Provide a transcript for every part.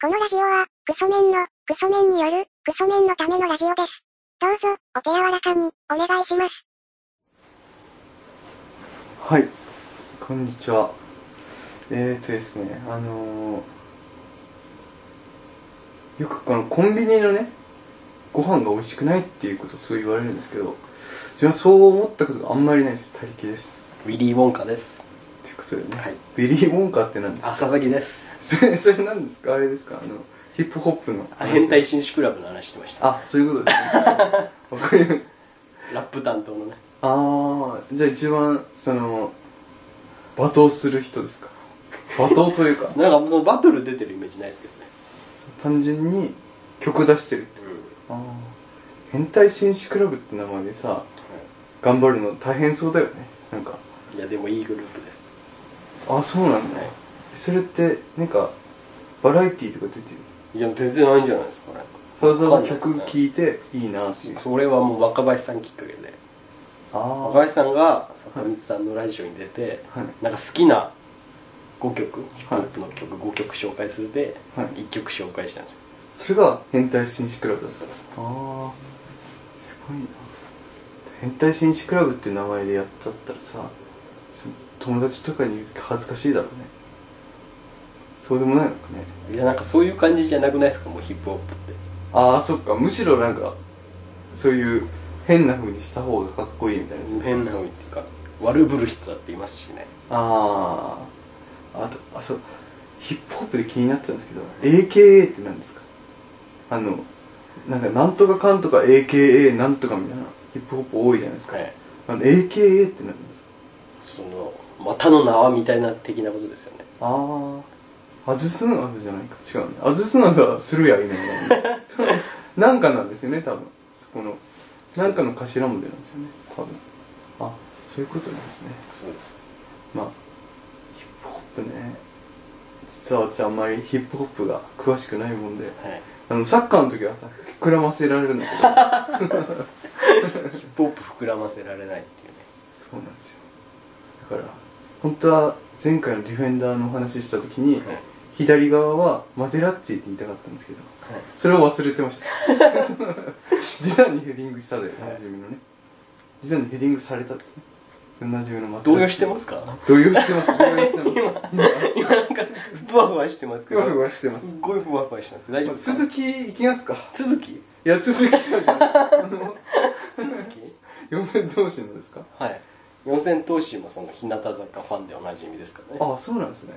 このラジオは、クソメンの、クソメンによる、クソメンのためのラジオです。どうぞ、お手柔らかに、お願いします。はい、こんにちは。えー、っとですね、あのー、よくこのコンビニのね、ご飯が美味しくないっていうことをすごい言われるんですけど、自分はそう思ったことがあんまりないです。他力です。ウィリー・ウォンカです。ということでね、はいビリー・ウォンカーって何ですあ、か佐々木です。それ、それ何ですかあれですかあの、ヒップホップの。あ変態紳士クラブの話してました。あ、そういうことですね。わかりました。ラップ担当のね。ああ、じゃあ一番、その、罵倒する人ですか罵倒というか。なんかそのバトル出てるイメージないですけどね。単純に曲出してるってあー変態紳士クラブって名前でさ頑張るの大変そうだよねなんかいや、でもいいグループです。あそうなんだ、はいそれってなんかバラエティーとか出てるいや、全然ないんじゃないですかね。わざわざわか曲んないですね聴いていいなっていうそれはもう若林さんきっかけで。ああ若林さんが坂道さんのラジオに出て、はいなんか好きな5曲、ヒップホップの曲5曲紹介するで、はい1曲紹介したんですよ。それが変態紳士クラブだったそうあそうあすごいな変態紳士クラブって名前でやったったらさその友達とかに言うと恥ずかしいだろうねそうでもないのかねいや、なんかそういう感じじゃなくないですか、もうヒップホップって。ああそっかむしろなんかそういう変な風にした方がかっこいいみたいなやつ変な風にっていうか、悪ぶる人だっていますしね。あああとあそうヒップホップで気になってたんですけど AKA って何ですかあのなんかなんとかかんとか AKA なんとかみたいなヒップホップ多いじゃないですか、はい。あの AKA って何ですかその股の縄みたいな的なことですよねああアズスナズじゃないか違うねアズスナズはするやい ないなそうなんかなんですよね多分そこのなんかの頭文字なんですよね多分あそういうことなんですねそうですまあヒップホップね実は私あんまりヒップホップが詳しくないもんではいあのサッカーの時はさ膨らませられるんだ けどヒップホップ膨らませられないっていうねそうなんですよだから本当は前回のディフェンダーのお話しした時に、はい左側はマテラッチって言いたかったんですけどはいそれを忘れてま した時短にヘディングしたでおなじみのね時短にヘディングされたんですねおなじみのマテラ動ッ揺チしてますか動揺して ます動揺してます今なんかふわふわしてますけどふわふわしてますすっごいふわふわしてます大丈夫ですか続きいきますか続きいや続きそうですあの続き四千頭身のですかはい四千頭身もその日向坂ファンでおなじみですからねあそうなんですね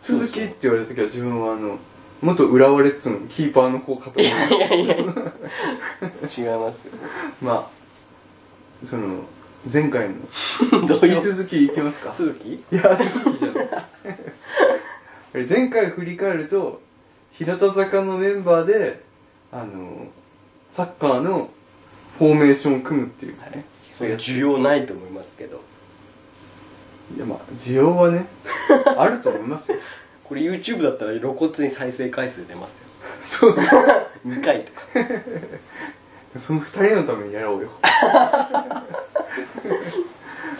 そうそう続きって言われた時は自分はあの元浦和レッズのキーパーの方かと思う いやいや違いますよ まあその前回の動引き揺続きいきますか続きいや、続きじゃないです。あれ前回振り返ると、日向坂のメンバーで、あの、サッカーのフォーメーションを組むっていうね。はいそういう需要ないと思いますけどいや、まあ、需要は ね、あると思いますよ。これ YouTube だったら露骨に再生回数出ますよそうです。 2回とかその二人のためにやろうよ。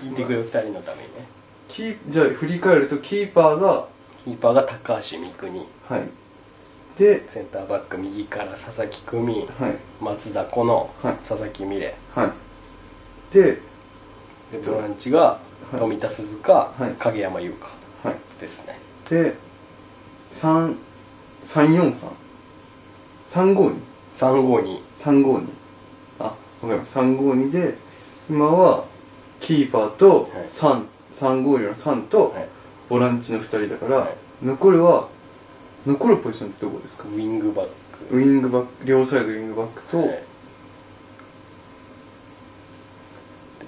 聞いてくれる2人のためにねキーじゃあ、振り返ると、キーパーが、キーパーが高橋美久はい。で、センターバック右から佐々木久美はい。松田好乃、はい佐々木美玲はい。で、でボランチがはい富田鈴鹿、はい影山優香はい。ですねで、三、三四三。三五二。 352 352あわかりました352で今はキーパーとはい3、352の3とはいボランチの2人だから、はい残るは残るポジションってどこですかウィングバックウィングバック両サイドウィングバックと、はいで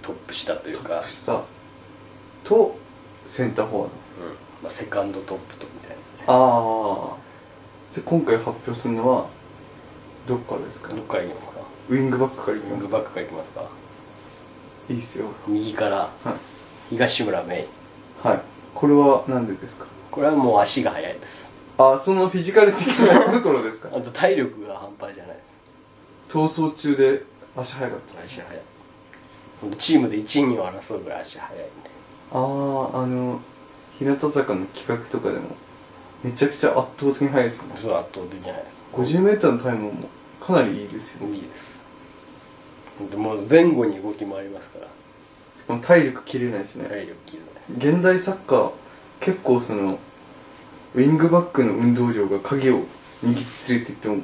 トップ下というか、下とセンターフォワーうんまあ、セカンドトップとみたいなドああじゃあ今回発表するのはどっからですかどっからいきますかウィングバックからいウきィンまグすバックからいきますかいいっすよ右からはい、東村芽衣はい、これは何でですかこれはもう足が速いですあそのフィジカル的なところですかあと体力が半端じゃないです逃走中で足早かったです足速いほんとチームで1位に争うぐらい足速いんであああの日向坂の企画とかでもめちゃくちゃ圧倒的に速いですよねそう圧倒的じゃないです5 0ーのタイムもかなりいいですよいいですでもう前後に動きもありますからしかも体力切れないしね、体力切れないです現代サッカー結構そのウィングバックの運動量が鍵を握ってるって言っても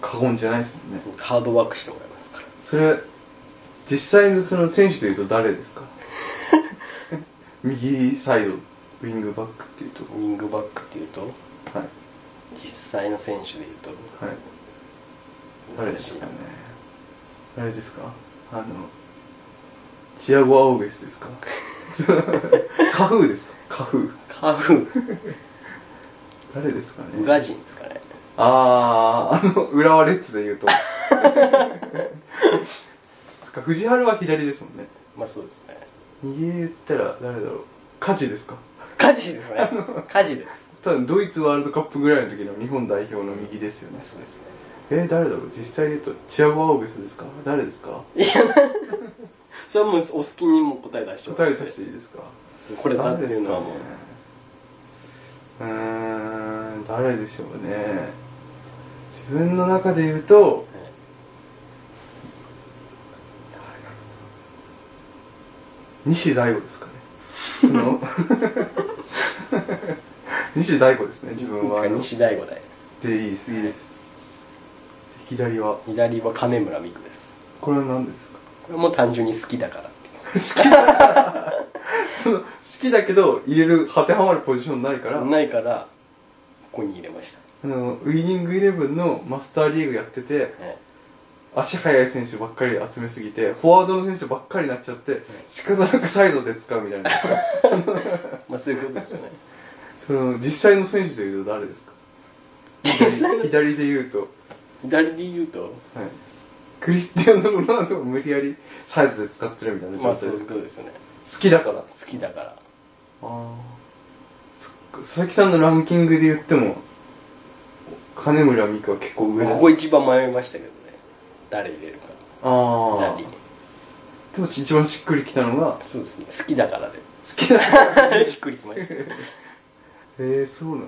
過言じゃないですもんねハードワークしてもらいますからそれ実際のその選手でいうと誰ですか 右サイドウィングバックっていうとウィングバックっていうとはい実際の選手でいうとはい誰難でしすいかなね誰ですかあのチアゴ・アウベスですか カフーですかカフーカフ誰ですかねウガジンですかねあー、あの、浦和レッズで言うと。 そっか、藤原は左ですもんね。まあそうですね右で言ったら誰だろう。カジですか家事ですね家事です多分ドイツワールドカップぐらいの時の日本代表の右ですよね。そうですねえー、誰だろう実際で言うと、チアゴ・アウベスですか誰ですかそれはもうお好きにもう答え出してもら答えってさせていいですかこれだって誰でいうすのかはねもううーん、誰でしょうね。自分の中で言うと、はい西大悟ですかねその西大悟ですね自分はあの西大悟ででいいですいいです左は左は金村美久ですこれは何ですかこれはもう単純に好きだからっていう好きだ その好きだけど入れる当てはまるポジションないから、ないからここに入れましあのウイニングイレブンのマスターリーグやっててた、ね足速い選手ばっかり集めすぎてフォワードの選手ばっかりになっちゃって仕方なくサイドで使うみたいな まあそういうことです よねその実際の選手でいうと誰ですか実際の左で言うと左で言うとはい、クリスティアーノ・ロナウドを無理やりサイズで使ってるみたいなま状あそう態いでうすこか、とですよね好きだからあ好きだからあそっか佐々木さんのランキングで言っても金村美玖は結構上こだこ一番迷いましたけどね誰入れるかあ何あでも一番しっくりきたのが好そうですね好きだから できだからしっくりきましたえー、そうなんだ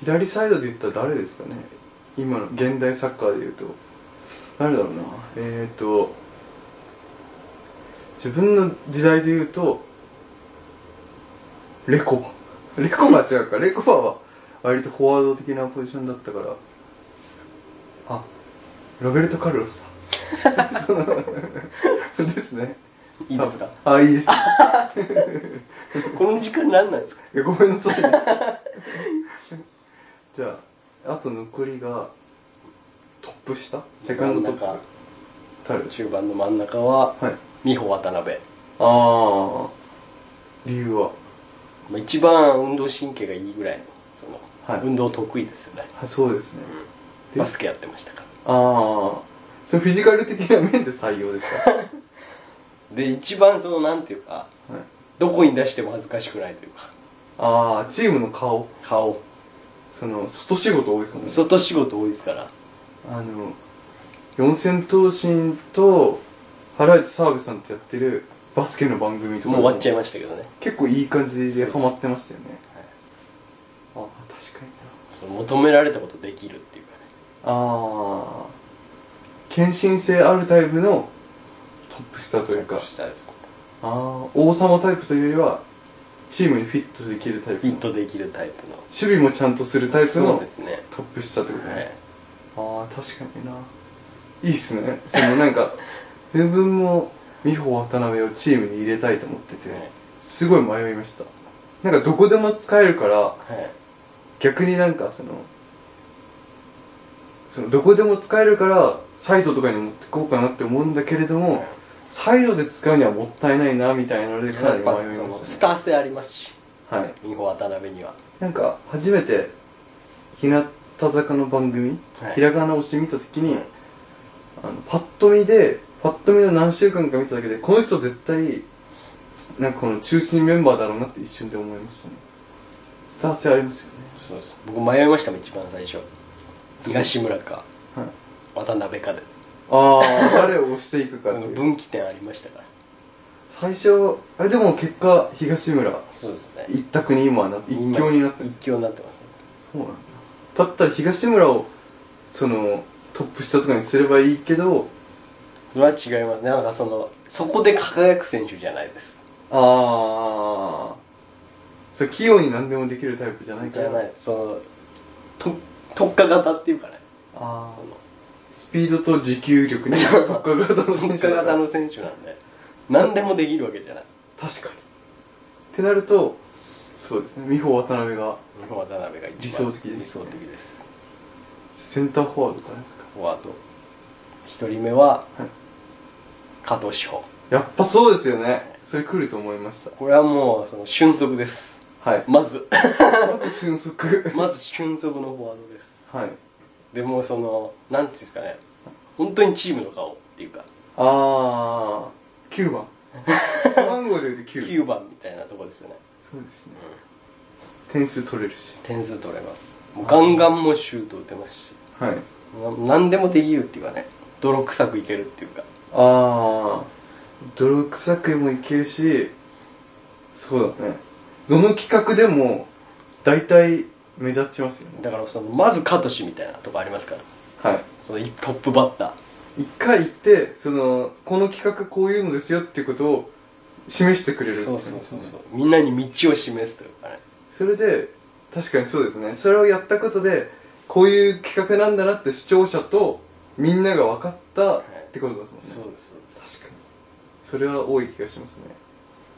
左サイドで言ったら誰ですかね今の現代サッカーで言うと誰だろうなえーと自分の時代で言うとレコバ レコバは違うかレコバは割とフォワード的なポジションだったからあロベルト・カルロス だその ですねいいですかあいいですこの時間何なんですかいやごめんなさい じゃああと残りがトップ下セカンドト真んッ中プ誰でしょ中盤の真ん中はうはい美穂渡辺、ああ理由はまあ、一番運動神経がいいぐらいのその、はい運動得意ですよねあそうですねでバスケやってましたかあらあそれフィジカル的な面で採用です かはいで一番そのなんていうかどこに出しても恥ずかしくないというかああチームの顔顔その外仕事多いですもんね外仕事多いですからあの四千頭身と原市澤部さんとやってるバスケの番組とかもう終わっちゃいまましたけどね結構いい感じでハマってましたよねはいあ確かになその求められたことできるっていうかねああ献身性あるタイプのトップスターというか下ですねあー王様タイプというよりはチームにフィットできるタイプフィのットできるタイプの守備もちゃんとするタイプそうのですねトップスターってことはいね、ああ確かにないいっすねそのなん か自分も美穂渡辺をチームに入れたいと思っててはいすごい迷いましたなんかどこでも使えるからはい逆になんかそのそのどこでも使えるからサイドとかに持ってこうかなって思うんだけれどもサイドで使うにはもったいないなみたいなのでかなやり迷っぱいそのましスたねター性ありますしはい美穂渡辺にはなんか初めて日向坂の番組、はいひらがなをして見た時に、はいあのパッと見でパッと見の何週間か見ただけでこの人絶対なんかこの中心メンバーだろうなって一瞬で思いましたねスター性ありますよねそうです僕迷いましたもん一番最初東村かはい渡辺かでああ誰を押していくかそっていのう分岐点ありましたから 最初あでも結果東村そうですね一択に今はな一強になってる一強になってますねそうなんだだったら東村をそのトップ下とかにすればいいけどそれは違いますねなんかそのそこで輝く選手じゃないですああそう器用に何でもできるタイプじゃないじかゃらないですそのと特化型っていうかねあそーのスピードと持久力 に特化型の選特手化だから型の選手なんで何でもできるわけじゃない確かにってなるとそうですね美穂渡辺が日本渡辺が一番理想的です理想的ですセンターフォワードじゃないですかフォワード一人目ははい加藤志保やっぱそうですよねそれ来ると思いましたこれはもうその俊足ですはいまずまず俊足まず俊足のフォワードですはいでもうそのなんていうんですかね本当にチームの顔っていうかあー9番背番号で言うと9 9番みたいなとこですよねそうですね点数取れるし点数取れますもうガンガンもうシュート打てますしはいな何でもできるっていうかね泥臭くいけるっていうかああ泥臭くもいけるしそうだねどの企画でも大体目立ちますよねだからそのまずカトシみたいなとこありますからはいそのトップバッター一回行ってそのこの企画こういうのですよっていうことを示してくれるそうそうそうそうみんなに道を示すというかねそれで確かにそうですねそれをやったことでこういう企画なんだなって視聴者とみんなが分かったってことだと思うね、そうですそうです確かにそれは多い気がしますね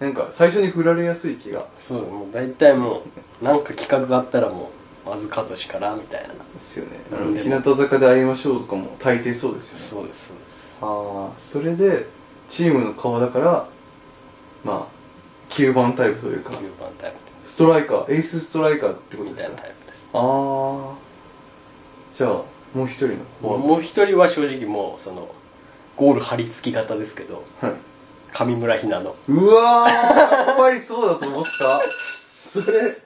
なんか最初に振られやすい気がそうだもう大体もうなんか企画があったらもうまずカトシからみたいなですよねなるほど日向坂で会いましょうとかも大抵そうですよねそうですそうですああそれでチームの顔だからまあ9番タイプというか9番タイストライカーエースストライカーってことプみですたいなかタイプですああじゃあもう一人のもうもう一人は正直もうそのゴール張り付き型ですけどはいう上村ひなのうわーやっぱりそうだと思ったそれ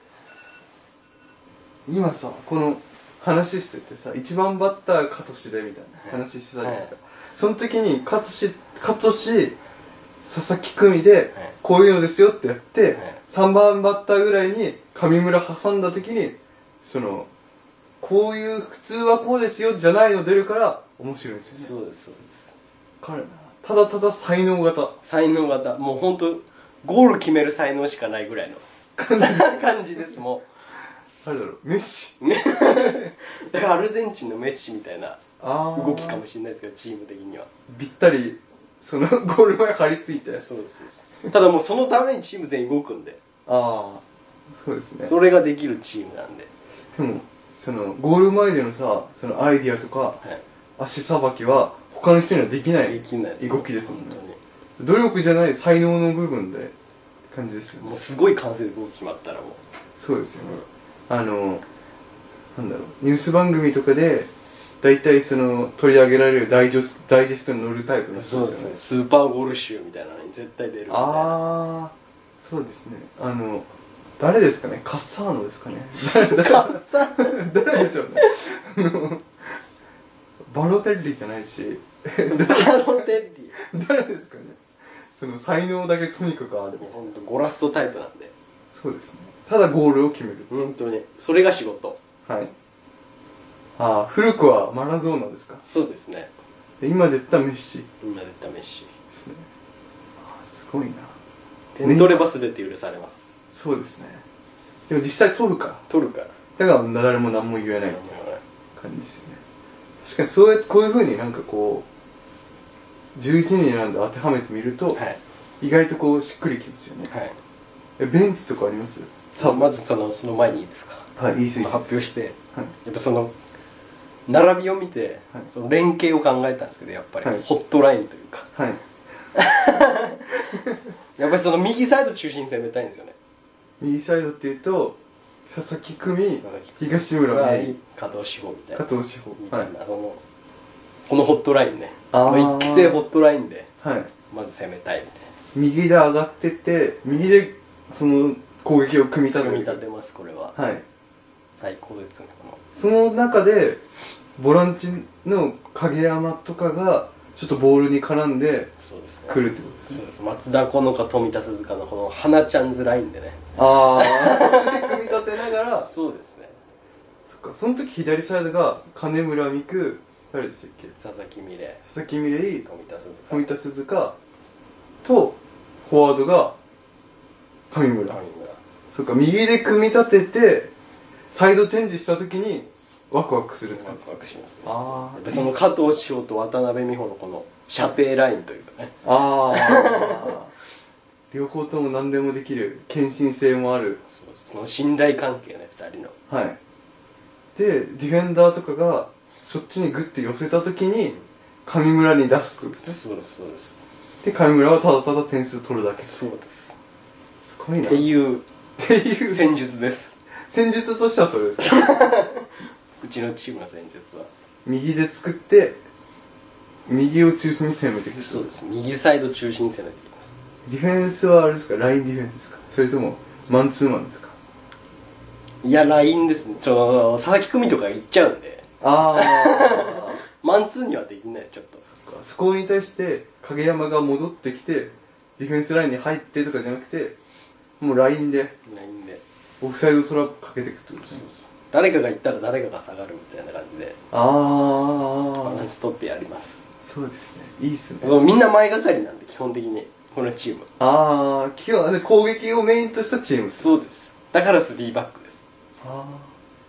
今さこの話しててさ一番バッターカトシでみたいな話してたじゃないですか、その時にカトシカトシ佐々木久美ではいこういうのですよってやって、はい三3番バッターぐらいに上村挟んだ時にそのこういう普通はこうですよじゃないの出るから面白いんですよねそうですそうです彼なただただ才能型才能型もう本当ゴール決める才能しかないぐ らいの感じ感じですもあれだろうメッシうだからアルゼンチンのメッシみたいなあー動きかもしれないですけどチーム的にはぴったりその ゴール前張り付いてあそうですそうですただもうそのためにチーム全員動くんであそうですねそれができるチームなんで、でもそのゴール前でのさそのアイディアとかは、足さばきは他の人にはできないいできない動きですもんね本努力じゃない才能の部分でって感じですよ当にねもうすごい完成度決まったらもそうですう、よねあのなんだろうニュース番組とかで大体その取り上げられるダイジェスダイジェストに乗るタイプの人そうでですよすねねスーパーゴール集みたいなのに絶対出るみたいなああそうですねあの誰ですかねカッサーノですかね 誰誰でしょうねあのバロテッリじゃないしあのテッリ誰ですかねその才能だけとにかくあるもう本当ゴラストタイプなんでそうですねただゴールを決める本当にそれが仕事はいああ古くはマラドーナですかそうですねで今で言ったメッシで今出たメッシすねああすごいな点取れば全て許されますそうですねでも実際取るから取るからだから誰も何も言えないも感じですよね確かにそうやってこういうふうになんかこう11人選んで当てはめてみると、うはい意外とこうしっくりきますよねはいえベンチとかありますさあまずそのその前にいいですかはいいいです発表してはいやっぱその並びを見て、はいその連携を考えたんですけどやっぱり、はいホットラインというかはいやっぱりその右サイド中心に攻めたいんですよね右サイドっていうと佐々木久美佐々木東これは村美加藤志保みたい加な藤志保みはたいいな、そのこのホットラインねあー一期生ホットラインではいまず攻めたいみたい右で上がってって右でその攻撃を組み立なて組みる立てますこれは、はい最高ですねこのその中でボランチの影山とかがちょっとボールに絡んでそうですねくるってことですねそうです松田好花富田鈴鹿のこの花ちゃんズラインでねああ組み立てながらそうですねかその時左サイドが金村美空誰でしたっけ佐々木美玲佐々木美玲富田鈴鹿富田鈴鹿とフォワードが上村、上村そっか右で組み立ててサイドチェンジした時にワクワクするってワ感じクワクしますねあやっあぱその加藤志保と渡辺美穂のこの射程ラインというかねああ 両方とも何でもできる献身性もあるそうですこの信頼関係ね二人のはいでディフェンダーとかがそっちにグッて寄せた時に上村に出すってことですねそうですそうですで上村はただただ点数取るだけすそうですごいっなていうっていう戦術です戦術としてはそれですねうちのチームの戦術は右で作って右を中心に攻めていくそうです右サイド中心攻めていきますディフェンスはあれですかラインディフェンスですかそれともマンツーマンですかいやラインですねその佐々木久美とか行っちゃうんでああマンツーにはできないちょっとそこに対して影山が戻ってきてディフェンスラインに入ってとかじゃなくてもうラインでラインでオフサイドトラップかけていくってことですね誰かが行ったら誰かが下がるみたいな感じでバあラあンス取ってやりますそうですねいいっすねそのみんな前がかりなんで基本的にこのチームああ基本で攻撃をメインとしたチームですそうですだから3バックですああ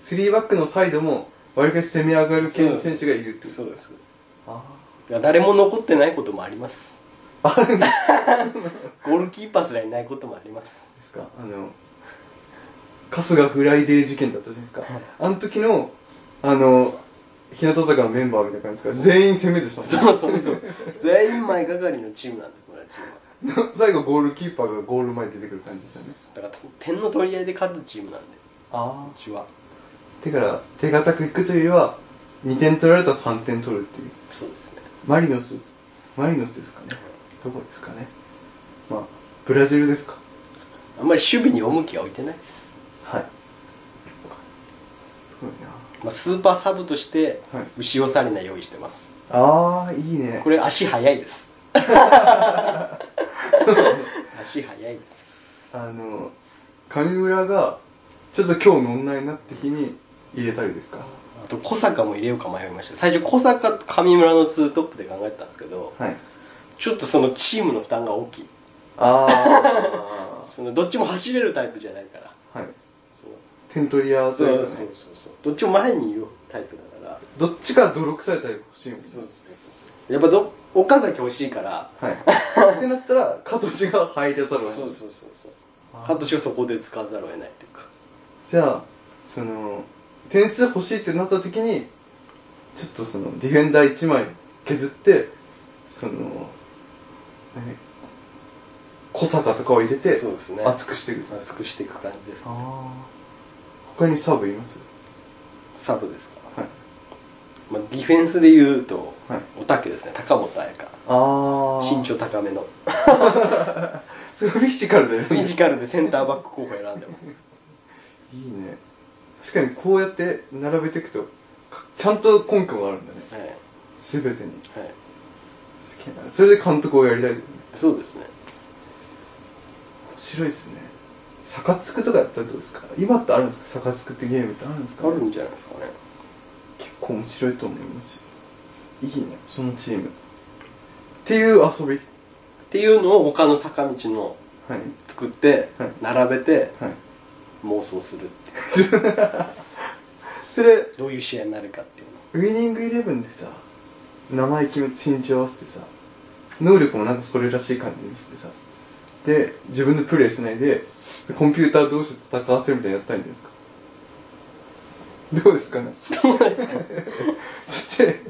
3バックのサイドもわりかし攻め上がる系の選手がいるってことそうですそうですあだから誰も残ってないこともありますああるんでゴールキーパーすらいないこともありますすかあの春日フライデー事件だったじゃないですかあの時のあの日向坂のメンバーみたいな感じですか全員攻めでしたもんねそうそうそう全員前がかりのチームなんでこのチームは 最後ゴールキーパーがゴール前に出てくる感じですよねだから点の取り合いで勝つチームなんであうちはあてから手堅くいくというよりは2点取られたら3点取るっていうそうですねマリノスマリノスですかねどこですかねまあブラジルですかあんまり守備に重きは置いてないです、はいすごいまあ、スーパーサブとしてはい牛尾サリナ用意してますなああいいねこれ足速いです 足速いですあの上村がちょっと今日の女になって日に入れたりですかあと小坂も入れようか迷いました最初小坂と上村のツートップで考えてたんですけどはいちょっとそのチームの負担が大きいあそのどっちも走れるタイプじゃないからあ はいその点取り屋とそういうそうかそうねそうどっちも前にいるタイプだからどっちか泥臭いタイプ欲しいもんねそうそうそうやっぱど岡崎欲しいからはい。ってなったら、加藤氏が入り出ざそうるを得そなうい。そうそうあー半年をそこで使わざるを得ないというかじゃあ、その、点数欲しいってなった時に、ちょっとその、ディフェンダー1枚削って、その、何小坂とかを入れて、そうですね厚くしていく。厚くしていく感じですあー他にサーブいますサブですか、はいまあ、ディフェンスで言うと、はいおたけですね高本彩香あ身長高めのそれフィジカルだよフィね。ジカルでセンターバック候補選んでますいいね。確かにこうやって並べていくと、かちゃんと根拠があるんだね。はい、はい、すべてに。好きなそれで監督をやりたいとかねそうですね面白いっすねサカツクとかやったらどうですか今ってあるんですかサカツクってゲームってあるんですあかるんじゃないですかね結構面白いと思いますよいいねそのチームっていう遊びっていうのを他の坂道のはい作って、はい並べてはい妄想するっていうそれどういう試合になるかっていうのウィニングイレブンでさ名前決めて身長合わせてさ能力もなんかそれらしい感じにしてさで自分でプレイしないでコンピューター同士で戦わせるみたいなのやったんじゃないですかどうですかねそして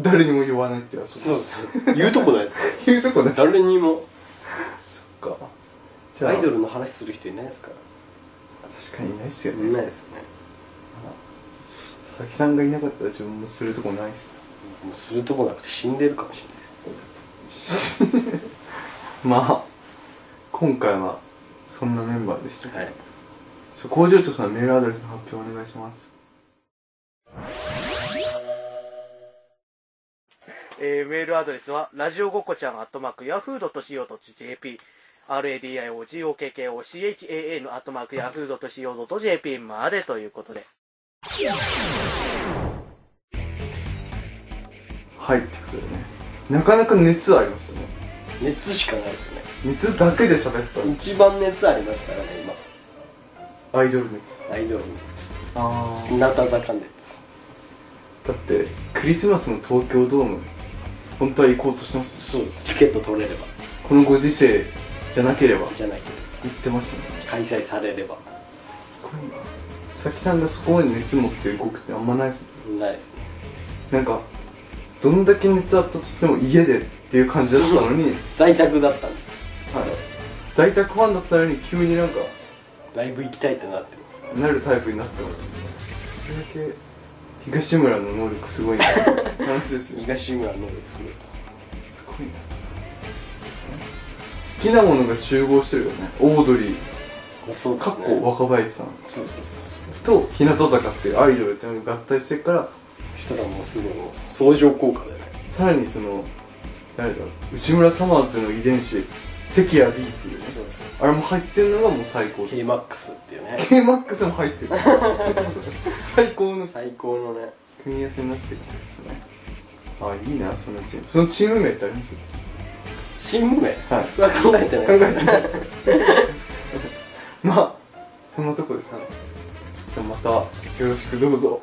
誰にも言わないっていう遊びそうです言うとこない ですか言うとこないです誰にもかじゃあアイドルルの話する人いないですか確かにいないっすよらねいないですね佐々木さんがいなかったら自分もするとこないっす もうするとこなくて死んでるかもしれないまあ今回はそんなメンバーでしたはい。ちょ工場長さんメールアドレスの発表お願いしますえーメールアドレスは、ラジオごっこちゃん、アットマーク、ヤフードと .co.jp、radiogokkocan、アットマーク、ヤフードと .co.jp までということで。はいってことでねなかなか熱ありますよね熱しかないですよね熱だけで喋った一番熱ありますからねアイドル熱今アイドルあ熱日向坂熱だってクリスマスの東京ドーム本当は行こうとしてましたそうチケット取れればこのご時世じゃなければ行じゃないけってましたねど開催されればすごいなさきさんがそこまで熱持って動くってあんまないですもんないですねなんかどんだけ熱あったとしても家でっていう感じだったのに、はい、在宅だったんで在宅ファンだったのに急になんかライブ行きたいってなってますなるタイプになったのそれだけ東村の能力すごい な話ですよ東村能力すごいすごいな好きなものが集合してるよねオードリそうーでかっすねこ若林さんそうそうそうと日向坂っていうアイドルっていうのが合体してるからそうしたらもうすぐもう相乗効果でねさらにその誰だろう内村サマーズの遺伝子関谷 D っていうねそうそうあれも入ってるのがもう最高 KMAX っていうね K-MAX も入って る最高の最高のね組み合わせになってるんですねあいいなそのチームそのチーム名ってあります新聞名はいそれは考えてない考えてないですかまあそんなとこですかねじゃあまたよろしくどうぞ